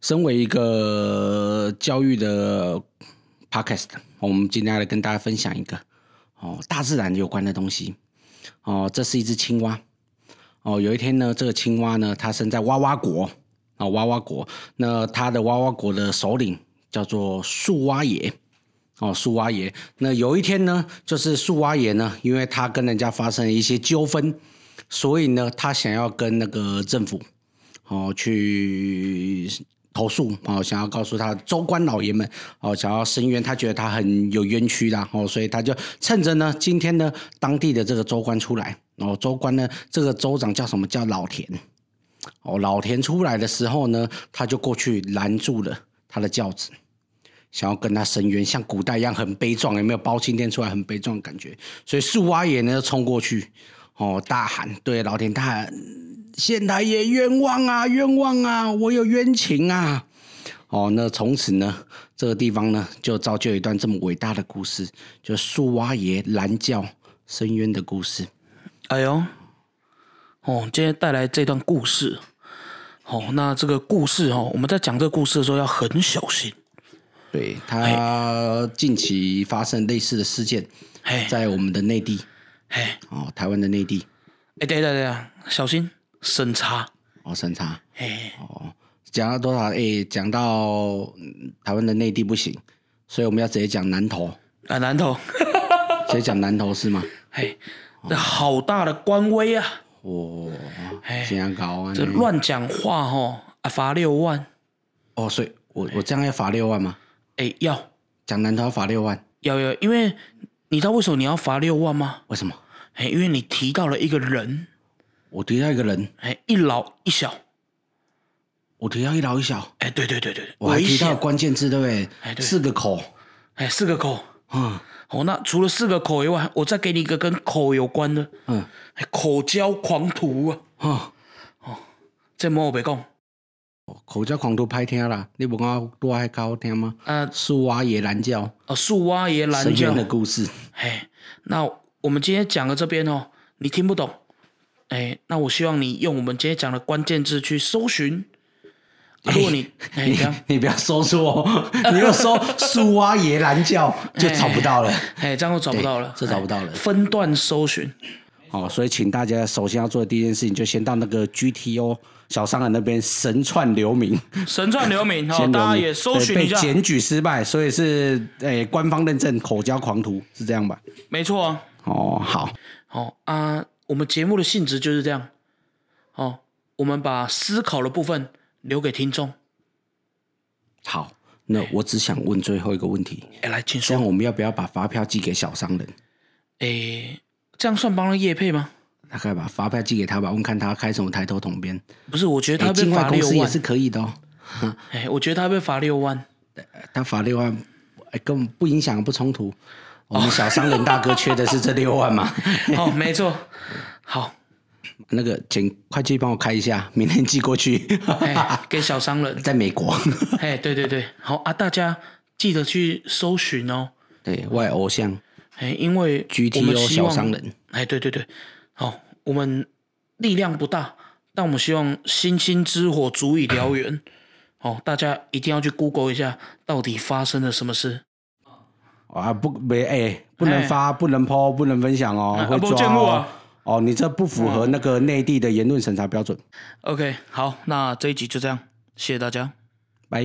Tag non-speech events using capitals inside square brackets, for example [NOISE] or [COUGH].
身为一个教育的 podcast，我们今天来跟大家分享一个哦大自然有关的东西。哦，这是一只青蛙。哦，有一天呢，这个青蛙呢，它生在蛙蛙国啊、哦，蛙蛙国。那它的蛙蛙国的首领叫做树蛙爷。哦，树蛙爷。那有一天呢，就是树蛙爷呢，因为他跟人家发生了一些纠纷，所以呢，他想要跟那个政府哦去投诉哦，想要告诉他州官老爷们哦，想要伸冤，他觉得他很有冤屈啦哦，所以他就趁着呢今天呢当地的这个州官出来哦，州官呢这个州长叫什么叫老田哦，老田出来的时候呢，他就过去拦住了他的轿子。想要跟他伸冤，像古代一样很悲壮，有没有包青天出来很悲壮的感觉？所以树蛙爷呢冲过去，哦，大喊对老天大喊：“县太爷冤枉啊，冤枉啊，我有冤情啊！”哦，那从此呢，这个地方呢就造就一段这么伟大的故事，就树蛙爷拦轿伸冤的故事。哎呦，哦，今天带来这段故事。哦，那这个故事哦，我们在讲这个故事的时候要很小心。对哎他近期发生类似的事件，嘿，在我们的内地嘿，哦，台湾的内地哎，对对对，小心审查。哦，审查。嘿，哦，讲到多少？诶、讲到嗯台湾的内地不行，所以我们要直接讲南投，啊，南头，直接讲南投是吗？ [LAUGHS] 嘿，这好大的官威啊！哦，哎这样搞啊这！乱讲话哦，啊，罚六万。哦，所以我我这样要罚六万吗？哎，要讲南投要罚六万，要要，因为你知道为什么你要罚六万吗？为什么？哎，因为你提到了一个人，我提到一个人，哎，一老一小。我提到一老一小，哎，对对对对，我还危提到险。关键字，对不对？哎对四个口，哎，四个口。嗯哦，那除了四个口以外，我再给你一个跟口有关的，嗯哎口交狂徒啊！嗯，这莫别讲哦口罩狂徒拍天啦，你不讲多爱高听吗？啊，树蛙爷蓝教，呃，树蛙爷蓝神教仙的故事，哎，那我们今天讲的这边哦，你听不懂，哎，那我希望你用我们今天讲的关键字去搜寻。啊、如果你哎你这样，你不要搜错哦， [LAUGHS] 你又搜树蛙爷蓝 [LAUGHS] 教就找不到了。哎这样我找不到了，这找不到了哎分段搜寻，哦，所以请大家首先要做的第一件事情，就先到那个 GTO 小商人那边神窜留名，神传留名先哦，留名大家也搜寻对一被下，检举失败，所以是诶、官方认证口交狂徒是这样吧？没错啊。哦，好，哦啊，我们节目的性质就是这样。哦，我们把思考的部分留给听众。好，那我只想问最后一个问题，哎，来，请这样说。我们要不要把发票寄给小商人？哎，这样算帮了叶配吗？大概把发票寄给他吧，问看他开什么抬头桶边。不是，我觉得诶他被哎境外罚公六司也万是。可以的哦，哎，我觉得他被罚六万。他罚六万，诶根本不影响不冲突。我们小商人大哥缺的是这六万嘛？ [LAUGHS] 哦，没错。好，那个，请会计帮我开一下，明天寄过去， [LAUGHS] 哎，给小商人。在美国。哎，对对对，好啊，大家记得去搜寻哦。对 [LAUGHS] 外偶像哎，因为我们 GTO 希望小商人，哎，对对对，好、我们力量不大，但我们希望星星之火足以燎原。哦，大家一定要去 Google 一下，到底发生了什么事？啊，不没哎、不能发，不能 PO，不能分享哦啊，会啊不见抓录哦啊。哦，你这不符合那个内地的言论审查标准。 OK，好，那这一集就这样，谢谢大家。拜。